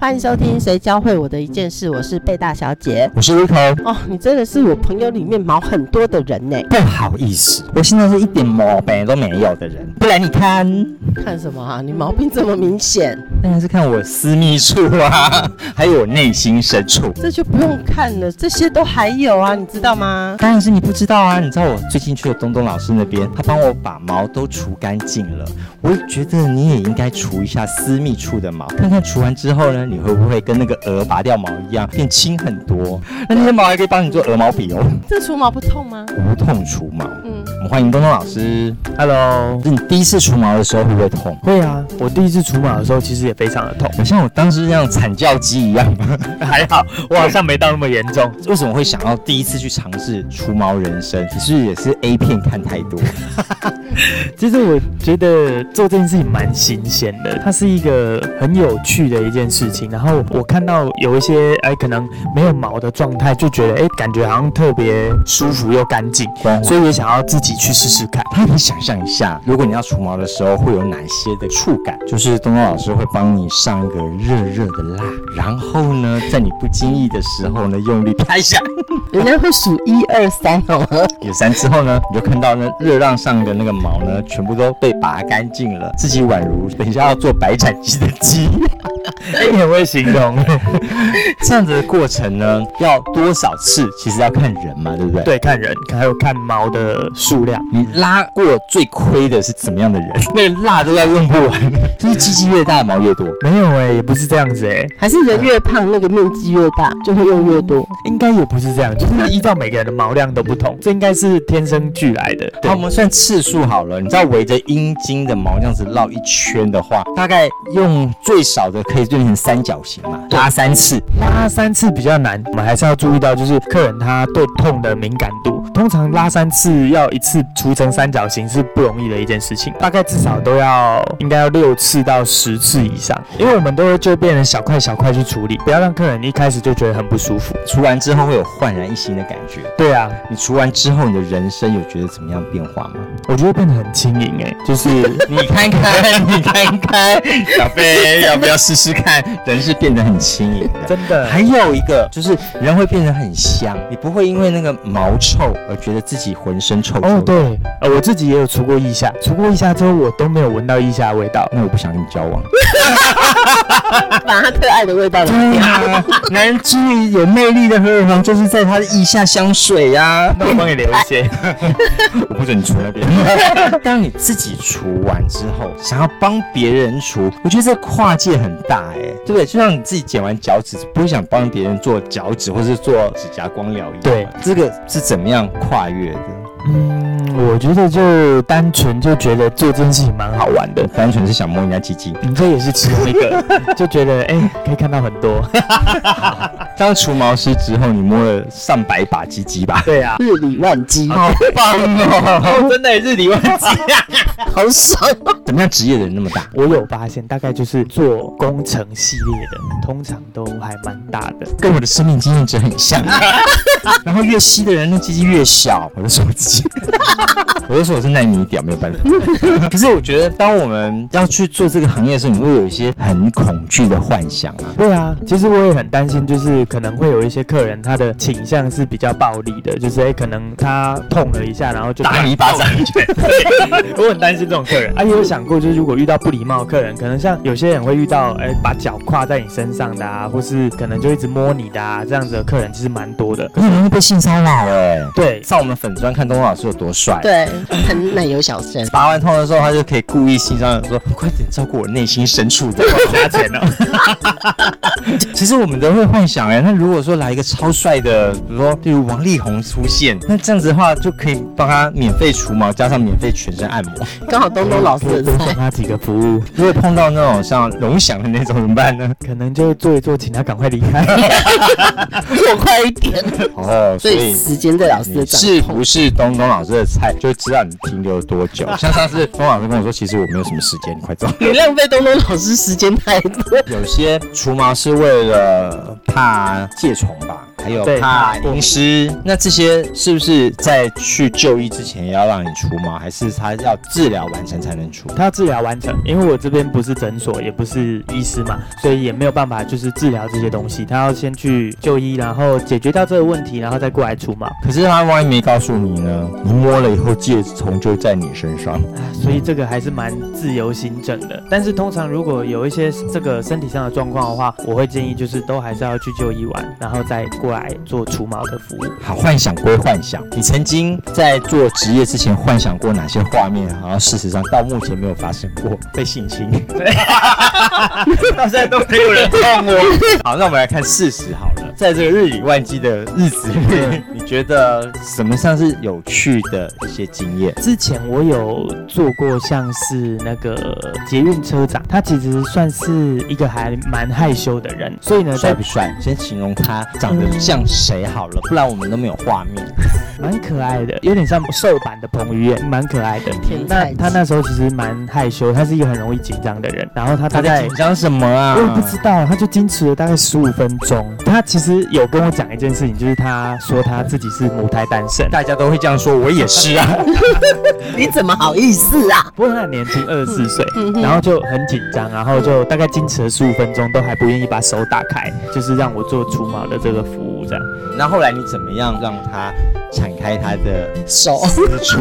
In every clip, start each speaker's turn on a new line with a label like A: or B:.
A: 欢迎收听《谁教会我的一件事》，我是贝大小姐。
B: 我是 Rico，
A: 哦，你真的是我朋友里面毛很多的人呢。
B: 不好意思，我现在是一点毛病都没有的人，不然你看，
A: 看什么啊？你毛病这么明显，
B: 当然是看我私密处啊， 还有我内心深处。
A: 这就不用看了，这些都还有啊，你知道吗？
B: 当然是你不知道啊，你知道我最近去了东东老师那边，他帮我把毛都除干净了。我也觉得你也应该除一下私密处的毛，看看除完之后呢，你会不会跟那个鹅拔掉毛一样变轻很多？那那些毛还可以帮你做鹅毛笔哦，
A: 这除毛不痛吗？
B: 无痛除毛。
A: 嗯，
B: 我们欢迎东东老师，Hello，是你第一次除毛的时候会不会痛？
C: 会啊，我第一次除毛的时候其实也非常的 痛，
B: 有像我当时那样惨叫鸡一样 吗？
C: 还好我好像没到那么严重。
B: 为什么会想要第一次去尝试除毛人生？你是不是也是 A 片看太多？
C: 其实我觉得做这件事情蛮新鲜的，它是一个很有趣的一件事情。然后我看到有一些哎可能没有毛的状态，就觉得哎感觉好像特别舒服又干净，
B: 所
C: 所
B: 以，
C: 以也想要自己去试试看。
B: 那你想象一下，如果你要除毛的时候会有哪些的触感？就是东东老师会帮你上一个热热的蜡，然后呢，在你不经意的时候呢，用力拍一下，
A: 人家会数一二三哦。
B: 有三之后呢，你就看到那热浪上的那个毛呢，全部都被拔干净了，自己宛如等一下要做白斩鸡的 鸡。
C: 哎，你很会形容。
B: 这样子的过程呢，要多少次？其实要看人嘛，对不对？
C: 对，看人，还有看毛的数量。
B: 你拉过最亏的是怎么样的人？ 那个蜡都要用不完，是不是鸡鸡越大毛越多？
C: 没有哎、也不是这样子哎、
A: 还是人越胖，那个面积越大，就会用越多。
C: 应该也不是这样，就是依照每个人的毛量都不同，这应该是天生俱来的。
B: 好，我们算次数好了。你知道围着阴茎的毛这样子绕一圈的话，大概用最少的可以变成三角形嘛，拉三次。
C: 拉三次比较难，我们还是要注意到，就是客人他对痛的敏感度。通常拉三次要一次除成三角形是不容易的一件事情，大概至少都要应该要六次到十次以上，因为我们都会就变成小块小块去处理，不要让客人一开始就觉得很不舒服。
B: 除完之后会有焕然一新的感觉。
C: 对啊，
B: 你除完之后，你的人生有觉得怎么样变化吗？
C: 我觉得变得很轻盈哎、就是
B: 你看看，你看看，小飞要不要试试看？人是变得很轻盈的。
C: 真的
B: 还有一个就是人会变得很香，你不会因为那个毛臭而觉得自己浑身臭臭。
C: 哦，对，呃，我自己也有除过腋下，除过腋下之后我都没有闻到腋下的味道。
B: 那我不想跟你交往。
A: 把他特爱的味道
B: 对呀、男之有魅力的荷尔蒙就是在他的腋下香水呀、
C: 那我帮你留一些。
B: 我不准你除那边。当你自己除完之后，想要帮别人除，我觉得这跨界很大哎、对不对？就像你自己剪完脚趾，不会想帮别人做脚趾或是做指甲光疗一样。
C: 对，
B: 这个是怎么样跨越的？
C: 嗯，我觉得就单纯就觉得做这件事情蛮好玩的。
B: 单纯是想摸人家鸡鸡。
C: 你这也是其中一个，就觉得哎、可以看到很多。
B: 当除毛师之后，你摸了上百把鸡鸡吧？
C: 对啊，
A: 日理万机，
B: 好棒 哦！真的是里外鸡，
C: 啊
A: 好爽。
B: 怎么样职业的人那么大？
C: 我有发现，大概就是做工程系列的，通常都还蛮大的。
B: 跟我的生命经验值很像。啊 然后越吸的人，那鸡鸡越小。我就说我自己， 我就说我是耐米屌，没有办法。可是我觉得，当我们要去做这个行业的时候，你会有一些很恐惧的幻想啊。
C: 对啊，其实我也很担心，就是可能会有一些客人他的倾向是比较暴力的，就是哎、可能他痛了一下，然后就
B: 打你一巴 掌，
C: 我很担心这种客人。啊，也有想过，就是如果遇到不礼貌的客人，可能像有些人会遇到，哎、把脚跨在你身上的啊，或是可能就一直摸你的啊，这样子的客人其实蛮多的。
B: 可是容易被性骚扰哎。
C: 对，
B: 上我们粉砖看东东老师有多帅。
A: 对，很奶油小生。
B: 拔完痛的时候，他就可以故意欣赏说：“快点照顾我内心深处的。
C: 加钱了。”
B: 哦 其实我们都会幻想哎、那如果说来一个超帅的，比如说例如王力宏出现，那这样子的话就可以帮他免费除毛，加上免费全身按摩。哦
A: 刚好东东老师的
C: 多送
A: 菜，
C: 他几个服务，
B: 如果碰到那种像龙翔的那种怎么办呢？
C: 可能就做一做，请他赶快离开。
A: 做快一点。
B: 哦，
A: 哦所以时间在老师的
B: 你
A: 掌控。
B: 是不是东东老师的菜，态，就会知道你停留了多 久。像上次风老师跟我说，其实我没有什么时间，你快走。
A: 你浪费东东老师时间太多。
B: 有些除毛是为了怕疥虫吧，还有
C: 对
B: 怕阴虱。那这些是不是在去就医之前要让你除毛，还是它要治疗完成才能除？
C: 他要治疗完成，因为我这边不是诊所，也不是医师嘛，所以也没有办法就是治疗这些东西。他要先去就医，然后解决掉这个问题，然后再过来除毛。
B: 可是他万一没告诉你呢？你摸了以后，疥虫就在你身上。
C: 啊，所以这个还是蛮自由行政的。但是通常如果有一些这个身体上的状况的话，我会建议就是都还是要去就医完，然后再过来做除毛的服务。
B: 好，幻想归幻想，你曾经在做职业之前幻想过哪些画面？然后事实上到目前没有发生过被性侵， 到现在都没有人碰我。 好，那我们来看事实好了，在这个日理万机的日子里，你觉得什么像是有趣的一些经验？
C: 之前我有做过像是那个捷运车长，他其实算是一个还蛮害羞的人，所以呢，
B: 帅
C: 在
B: 不帅？先形容他长得像谁好了，不然我们都没有画面。
C: 蛮可爱的，有点像瘦版的彭于晏，蛮可爱的。
A: 天
C: 那
A: 才
C: 他那时候其实蛮害羞，他是一个很容易紧张的人，然后他大
B: 他在
C: 概
B: 紧。张什么啊？
C: 我也不知道，他就矜持了大概十五分钟。他其实有跟我讲一件事情，就是他说他自己是母胎单身，
B: 大家都会这样说，我也是啊。
A: 你怎么好意思啊？
C: 不过他很年轻，二十四岁，
A: 嗯哼
C: 然后就很紧张，然后就大概矜持了十五分钟，都还不愿意把手打开，就是让我做除毛的这个服务这样。
B: 那后来你怎么样让他敞开他的
A: 手
B: 私处？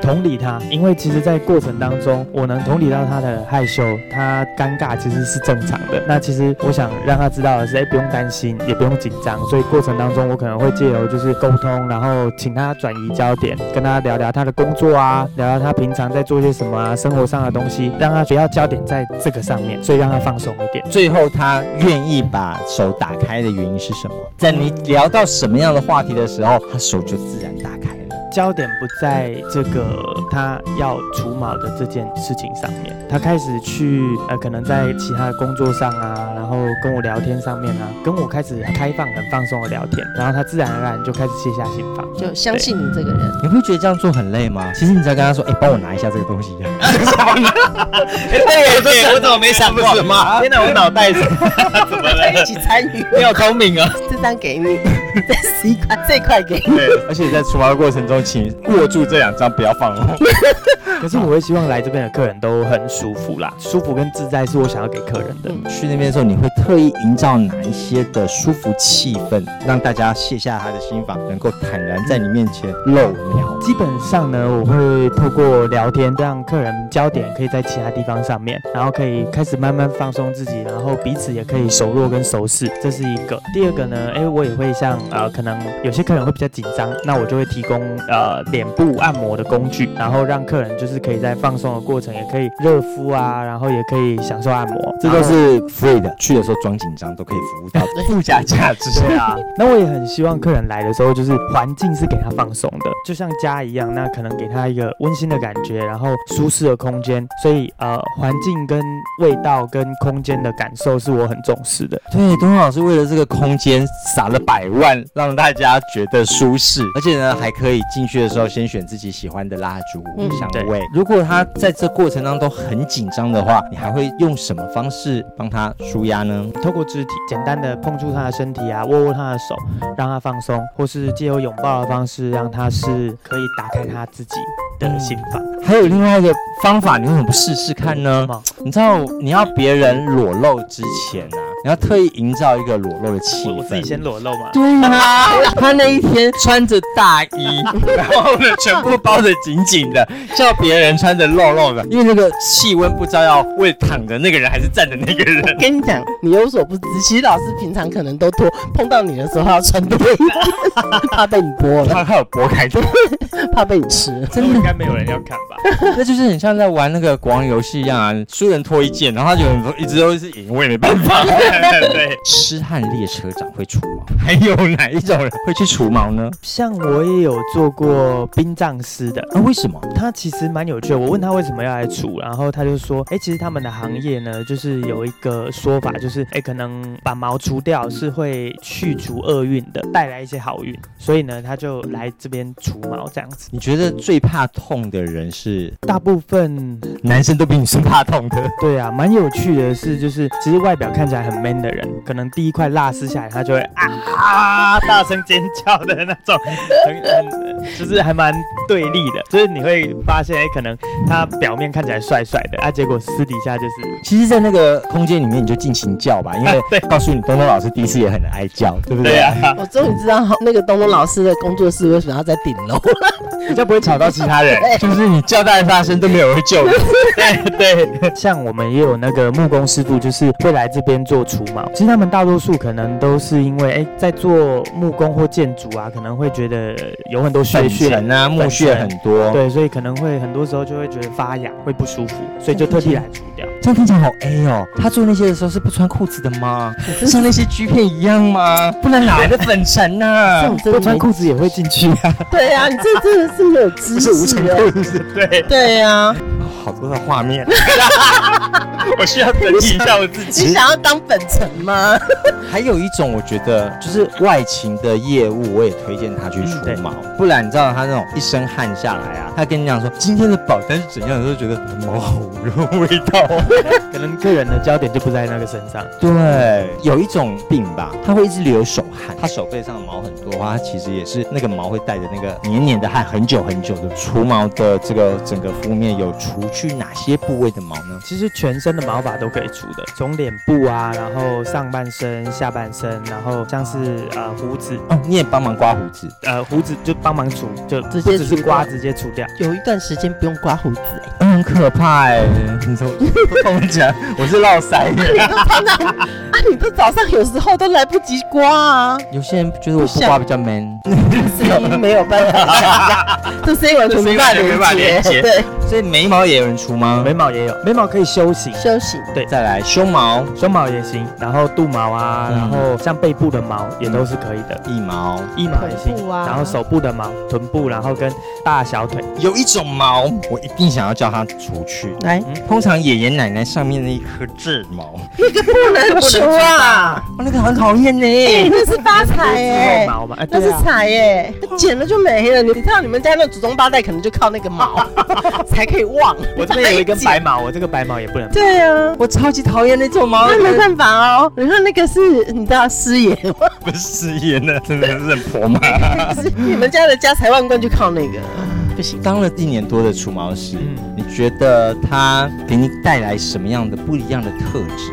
C: 同理他，因为其实，在过程当中，我能同理到他的害羞，他尴尬其实是正常的。那其实我想让他知道的是，哎，不用担心，也不用紧张。所以过程当中，我可能会借由就是沟通，然后请他转移焦点，跟他聊聊他的工作啊， 聊聊他平常在做些什么啊，生活上的东西，让他不要焦点在这个上面，所以让他放松一点。
B: 最后他愿意把手打开的原因是什么？在你聊到什么样的话题的时候，他手就自然打开了。
C: 焦点不在这个他要除毛的这件事情上面，他开始去呃，可能在其他的工作上啊，然后跟我聊天上面啊，跟我开始开放、很放松的聊天，然后他自然而然就开始卸下心防。
D: 就相信你这个人。
B: 你不觉得这样做很累吗？其实你只要跟他说，哎、帮我拿一下这个 东西。
D: 对对，我怎么没想
B: 不 是吗？
D: 天哪，我 脑袋
A: 一起参与，
B: 你好聪明啊！
A: 这张给你， 这十一块，这块给你。
B: 对，而且在除毛的过程中，请握住这两张，不要放哦。
C: 可是我会希望来这边的客人都很舒服啦，舒服跟自在是我想要给客人的。
B: 去那边的时候，你会特意营造哪一些的舒服气氛，让大家卸下他的心防，能够坦然在你面前露鸟？
C: 基本上呢，我会透过聊天让客人焦点可以在其他地方上面，然后可以开始慢慢放松自己，然后彼此也可以熟络跟熟识，这是一个。第二个呢，诶，我也会像呃，可能有些客人会比较紧张，那我就会提供呃脸部按摩的工具，然后让客人就是可以在放松的过程也可以热敷啊，然后也可以享受按摩，
B: 这都是 free 的，去的时候装紧张都可以服务到附加价值。
C: 对啊， 那我也很希望客人来的时候，就是环境是给他放松的，就像家一样，那可能给他一个温馨的感觉，然后舒适的空间。所以呃，环境跟味道跟空间的感受是我很重视的。
B: 对，东东老师为了这个空间撒了百万，让大家觉得舒适，而且呢还可以进去的时候先选自己喜欢的蜡烛、
A: 嗯
B: 香
C: 对
B: 味。如果他在这过程当中很紧张的话，你还会用什么方式帮他舒压呢？
C: 透过肢体简单的碰触他的身体啊，握握他的手，让他放松，或是借由拥抱的方式，让他是可以打开他自己的心房。
B: 还有另外一个方法，你为什么不试试看呢？
C: 吗？
B: 你知道你要别人裸露之前啊，你要特意营造一个裸露的气
C: 我
B: 氛。
C: 我自己先裸露嘛。
B: 对啊，他那一天穿着大衣，然后呢全部包得紧紧的，叫别人穿着露露的，因为那个气温不知道要为躺着那个人还是站着那个人。
A: 我跟你讲，你有所不知，其实老师平常可能都脱，碰到你的时候要穿多一点，怕被你剥 了，
B: 他还有拨开的，
A: 怕被你吃了。
C: 真的应该没有人要看吧？
B: 那就是很像在玩那个国王游戏一样啊，输人脱一件，然后他有人一直都是赢，我也没办法。
C: 对，
B: 湿汗列车长会除毛，
C: 还有哪
B: 哪一种人会去除毛呢？
C: 像我也有做过殡葬师的，
B: 啊，为什么？
C: 他其实蛮有趣的。我问他为什么要来除，然后他就说，哎、其实他们的行业呢，就是有一个说法，就是哎、诶可能把毛除掉是会去除厄运的，带来一些好运，所以呢，他就来这边除毛这样子。
B: 你觉得最怕痛的人是
C: 大部分
B: 男生都比女生怕痛的，
C: 对啊，蛮有趣的是，就是其实外表看起来很 man 的人，可能第一块蜡撕下来，他就会啊大声尖叫的那 种，很很就是还蛮对立的。就是你会发现，哎、可能他表面看起来帅帅的，啊，结果私底下就是
B: 其实，在那个空间里面你就尽情叫吧，因 为
C: 对
B: 告诉你，东东老师第一次也很爱叫，对不对？
C: 对啊，
D: 我终于知道那个东东老师的工作室为什么要在顶楼了。
C: 比较不会吵到其他人。
B: 就是你叫大发声都没有人会救 你。
C: 对，像我们也有那个木工师傅，就是会来这边做除毛。其实他们大多数可能都是因为，哎，在做木工或建筑啊，可能会觉得有很多
B: 水
C: 血血
B: 选啊，木
C: 粉
B: 屑
C: 屑
B: 很多，，
C: 对，所以可能会很多时候就会觉得发痒，会不舒服，所以就特地来除掉。
D: 嗯
B: 这样听起来好 A 哦。他做那些的时候是不穿裤子的 吗？像那些 G 片一样吗？不然哪来的粉尘啊呢、
D: 这种真的没
C: 子也会进去啊，
D: 对啊，你这真的是没有知识、 啊。
C: 对，
D: 对啊，
B: 好多的画面，
C: 我需要整理一下我自
D: 你
C: 己。
D: 想要当本城吗？
B: 还有一种我觉得就是外勤的业务，我也推荐他去
C: 嗯
B: 除
C: 对
B: 毛，不然你知道他那种一身汗下来啊，他跟你讲说今天的保单是怎样的，都觉得毛好有味道。啊
C: 可能个人的焦点就不在那个身上。
B: 对，有一种病吧，他会一直流手汗，他手背上的毛很多的话，他其实也是那个毛会带着那个黏黏的汗很久很久的。除毛的这个整个敷面有除去哪些部位的毛呢？
C: 其实全身的毛发都可以除的，从脸部啊，然后上半身、下半身，然后像是呃胡子，
B: 哦，你也帮忙刮胡子，
C: 呃胡子就帮忙除，就
D: 直接
C: 不只是
D: 除
C: 刮，
D: 掉
C: 直接除掉。
D: 有一段时间不用刮胡子、欸，
B: 嗯，很可怕哎、你说痛起来， 我是落腮耶。
D: 啊，你这早上有时候都来不及刮 啊，
B: 有些人觉得我不刮比较 man，
D: 声音没有办 法，这声音完全没办
B: 这声音完全没办
D: 法
B: 法连
D: 连
B: 接
D: 接。对，
B: 所以眉毛也有人除
D: 嗯
B: 吗？
C: 眉毛也有，眉毛可以修行，
D: 休息。
B: 再来胸毛、
C: 胸毛也行，然后肚毛啊，
B: 嗯
C: 然后像背部的毛也都是可以的。
B: 腋毛，
C: 腋毛也行
D: 臀部，啊
C: 然后手部的毛、臀部，然后跟大小腿，
B: 有一种毛，我一定想要叫它除去。嗯
D: 来，
B: 通常爷爷奶奶上面那一颗痣毛，
D: 不能说啊，
B: 哦，那个很讨厌呢。
D: 哎、那是发财
C: 就是
D: 哎、
C: 肉毛嘛，哎，
D: 那是
C: 对啊，
D: 财耶、 剪了就没了。你知道你们家那祖宗八代可能就靠那个 毛才可以旺。
C: 我这边有一根
D: 剪
C: 白毛，我这个白毛也不能。
D: 对啊，
B: 我超级讨厌那种毛
D: 那没办法哦。你看那个是你知道师爷 吗？
B: 不是失业呢，真的是很婆妈。
D: 是你们家的家财万贯就靠那个，不行。
B: 当了一年多的除毛师，
C: 嗯
B: 你觉得它给你带来什么样的不一样的特质？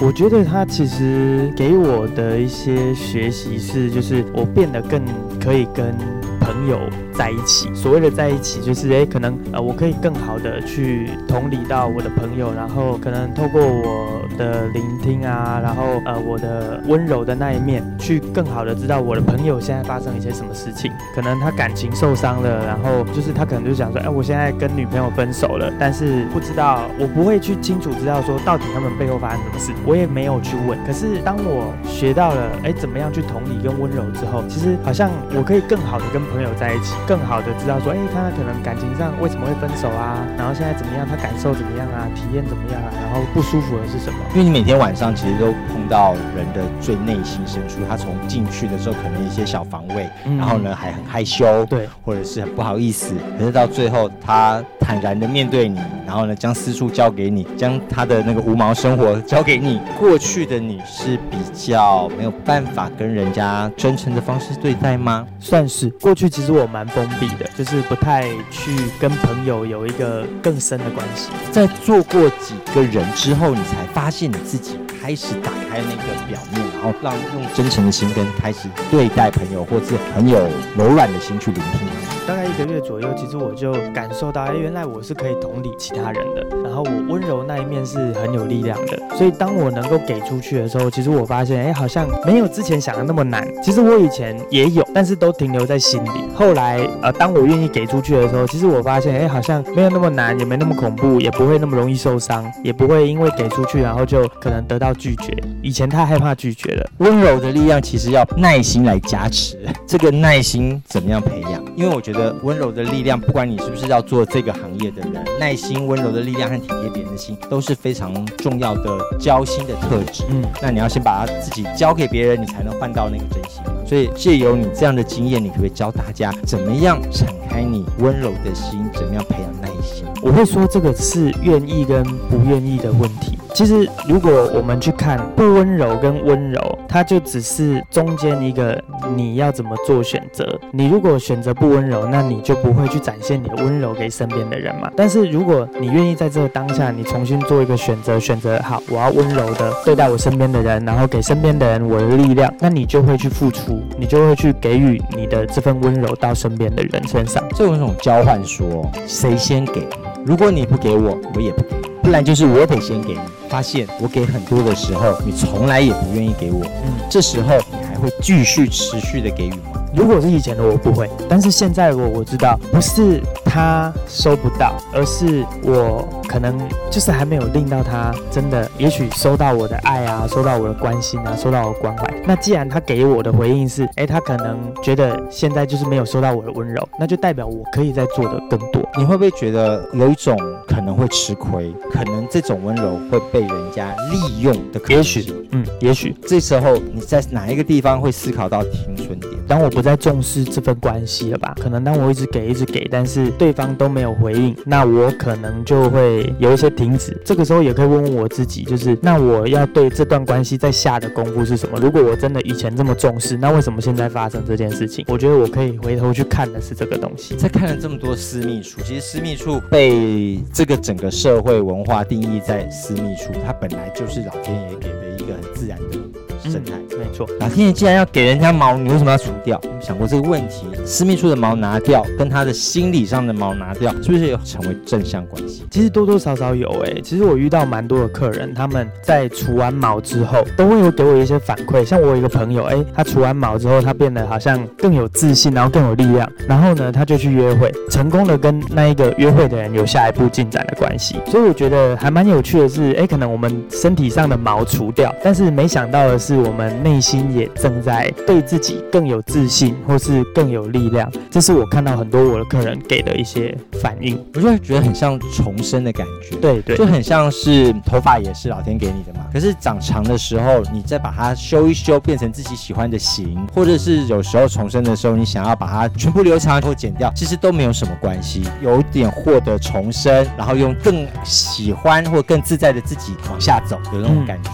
C: 我觉得它其实给我的一些学习是，就是呃我变得更可以跟朋友在一起。所谓的在一起，就是诶，可能呃，我可以更好的去同理到我的朋友，然后可能透过我的聆听啊，然后呃，我的温柔的那一面，去更好的知道我的朋友现在发生一些什么事情。可能他感情受伤了，然后就是他可能就想说，哎，我现在跟女朋友分手了，但是不知道，我不会去清楚知道说到底他们背后发生什么事，我也没有去问。可是当我学到了，哎，怎么样去同理跟温柔之后，其实好像我可以更好的跟朋友在一起，更好的知道说，哎，他可能感情上为什么会分手啊，然后现在怎么样，他感受怎么样啊，体验怎么样啊，然后不舒服的是什么。
B: 因为你每天晚上其实都碰到人的最内心深处，他从进去的时候可能一些小防卫，
C: 嗯
B: 然后呢还很害羞，
C: 对，
B: 或者是很不好意思，可是到最后他坦然的面对你，然后呢将私处交给你，将他的那个无毛生活交给你。过去的你是比较没有办法跟人家真诚的方式对待吗？
C: 算是过去，其实我蛮封闭的，就是不太去跟朋友有一个更深的关系。
B: 在做过几个人之后，你才发现你自己开始打开那个表面，然后让用真诚的心跟开始对待朋友，或是很有柔软的心去聆听他们。
C: 大概一个月左右，其实我就感受到，哎，原来我是可以同理其他人的，然后我温柔那一面是很有力量的。所以当我能够给出去的时候，其实我发现，哎，好像没有之前想的那么难。其实我以前也有，但是都停留在心里。后来，呃，当我愿意给出去的时候，其实我发现，哎，好像没有那么难，也没那么恐怖，也不会那么容易受伤，也不会因为给出去然后就可能得到拒绝，以前太害怕拒绝了。
B: 温柔的力量其实要耐心来加持，这个耐心怎么样培养？因为我觉得温柔的力量，不管你是不是要做这个行业的人，耐心、温柔的力量和体贴别人的心都是非常重要的交心的特质。
C: 嗯，
B: 那你要先把它自己交给别人，你才能换到那个真心嘛。所以借由你这样的经验，你可不可以教大家怎么样敞开你温柔的心，怎么样培养耐心？
C: 我会说这个是愿意跟不愿意的问题。其实，如果我们去看不温柔跟温柔，它就只是中间一个你要怎么做选择。你如果选择不温柔，那你就不会去展现你的温柔给身边的人嘛。但是，如果你愿意在这个当下，你重新做一个选择，选择好，我要温柔的对待我身边的人，然后给身边的人我的力量，那你就会去付出，你就会去给予你的这份温柔到身边的人身上。
B: 这有一种交换说，谁先给？如果你不给我，我也不给，不然就是我得先给你。发现我给很多的时候，你从来也不愿意给我，
C: 嗯
B: 这时候你还会继续持续的给予吗？
C: 如果是以前的我不会，但是现在的我我知道，不是他收不到，而是我可能就是还没有令到他真的，也许收到我的爱啊，收到我的关心啊，收到我的关怀。那既然他给我的回应是，哎，他可能觉得现在就是没有收到我的温柔，那就代表我可以再做的更多。
B: 你会不会觉得有一种可能会吃亏，可能这种温柔会被人家利用的可能
C: 也
B: 性？
C: 许，嗯，也许
B: 这时候你在哪一个地方会思考到停损点？
C: 当我不再重视这份关系了吧？可能当我一直给，一直给，但是对方都没有回应，那我可能就会有一些停止。这个时候也可以问问我自己，就是那我要对这段关系再下的功夫是什么？如果我真的以前这么重视，那为什么现在发生这件事情？我觉得我可以回头去看的是这个东西。
B: 在看了这么多私密处，其实私密处被这个整个社会文化定义在私密处，它本来就是老天爷给的一个很自然的生态。
C: 没错，
B: 老天爷既然要给人家毛，你为什么要除掉？你有没有想过这个问题？私密处的毛拿掉，跟他的心理上的毛拿掉，是不是有成为正向关系？
C: 其实多多少少有诶、其实我遇到蛮多的客人，他们在除完毛之后，都会有给我一些反馈。像我有一个朋友，诶、他除完毛之后，他变得好像更有自信，然后更有力量。然后呢，他就去约会，成功的跟那一个约会的人有下一步进展的关系。所以我觉得还蛮有趣的是，诶、欸可能我们身体上的毛除掉，但是没想到的是，我们内心也正在对自己更有自信，或是更有力量。这是我看到很多我的客人给的一些反应。
B: 我就会觉得很像重生的感觉。
C: 对对，
B: 就很像是头发也是老天给你的嘛。可是长长的时候，你再把它修一修，变成自己喜欢的型，或者是有时候重生的时候，你想要把它全部留长或剪掉，其实都没有什么关系。有点获得重生，然后用更喜欢或更自在的自己往下走，有那种
C: 嗯
B: 感觉。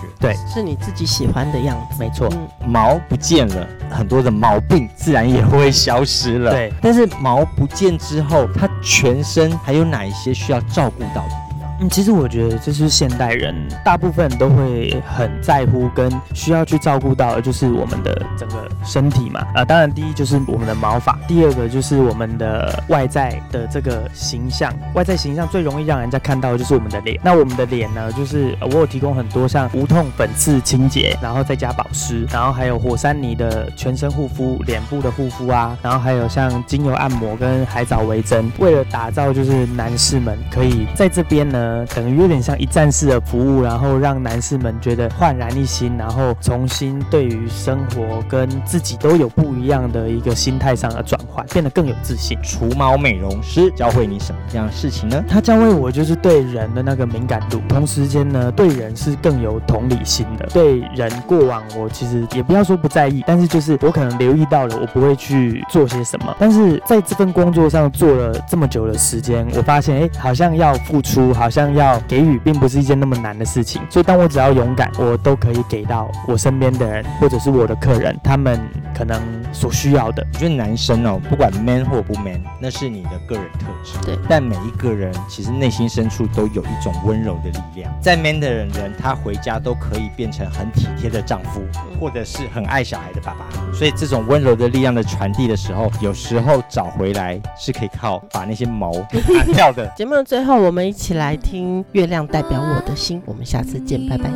D: 是你自己喜欢的样子。
C: 没错。
D: 嗯，
B: 毛不见了，很多的毛病自然也会消失了。
C: 对，
B: 但是毛不见之后，它全身还有哪一些需要照顾到的地方？
C: 嗯，其实我觉得这是现代人大部分都会很在乎跟需要去照顾到，的就是我们的整个身体嘛。啊、当然第一就是我们的毛发，第二个就是我们的外在的这个形象。外在形象最容易让人家看到的就是我们的脸。那我们的脸呢，就是、呃我有提供很多像无痛粉刺清洁，然后再加保湿，然后还有火山泥的全身护肤、脸部的护肤啊，然后还有像精油按摩跟海藻微针，为了打造就是男士们可以在这边呢，等于有点像一站式的服务，然后让男士们觉得焕然一新，然后重新对于生活跟自己都有不一样的一个心态上的转换，变得更有自信。
B: 除毛美容师教会你什么样的事情呢？
C: 它教会我就是对人的那个敏感度，同时间呢，对人是更有同理心的。对人过往，我其实也不要说不在意，但是就是我可能留意到了，我不会去做些什么。但是在这份工作上做了这么久的时间，我发现哎，诶好像要付出，好像要给予，并不是一件那么难的事情。所以当我只要勇敢，我都可以给到我身边的人，或者是我的客人，他们可能所需要的。
B: 我觉得男生哦，不管 man 或不 man，那是你的个人特质。
A: 对，
B: 但每一个人其实内心深处都有一种温柔的力量。再 man 的人，人他回家都可以变成很体贴的丈夫，或者是很爱小孩的爸爸。所以这种温柔的力量的传递的时候，有时候找回来是可以靠把那些毛给打掉的。
D: 节目的最后，我们一起来听《月亮代表我的心》，我们下次见，拜拜。。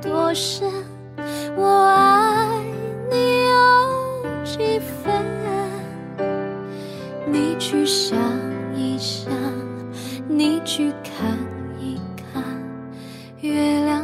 E: 多深，我爱你有几分？啊你去想一想，你去看一看，月亮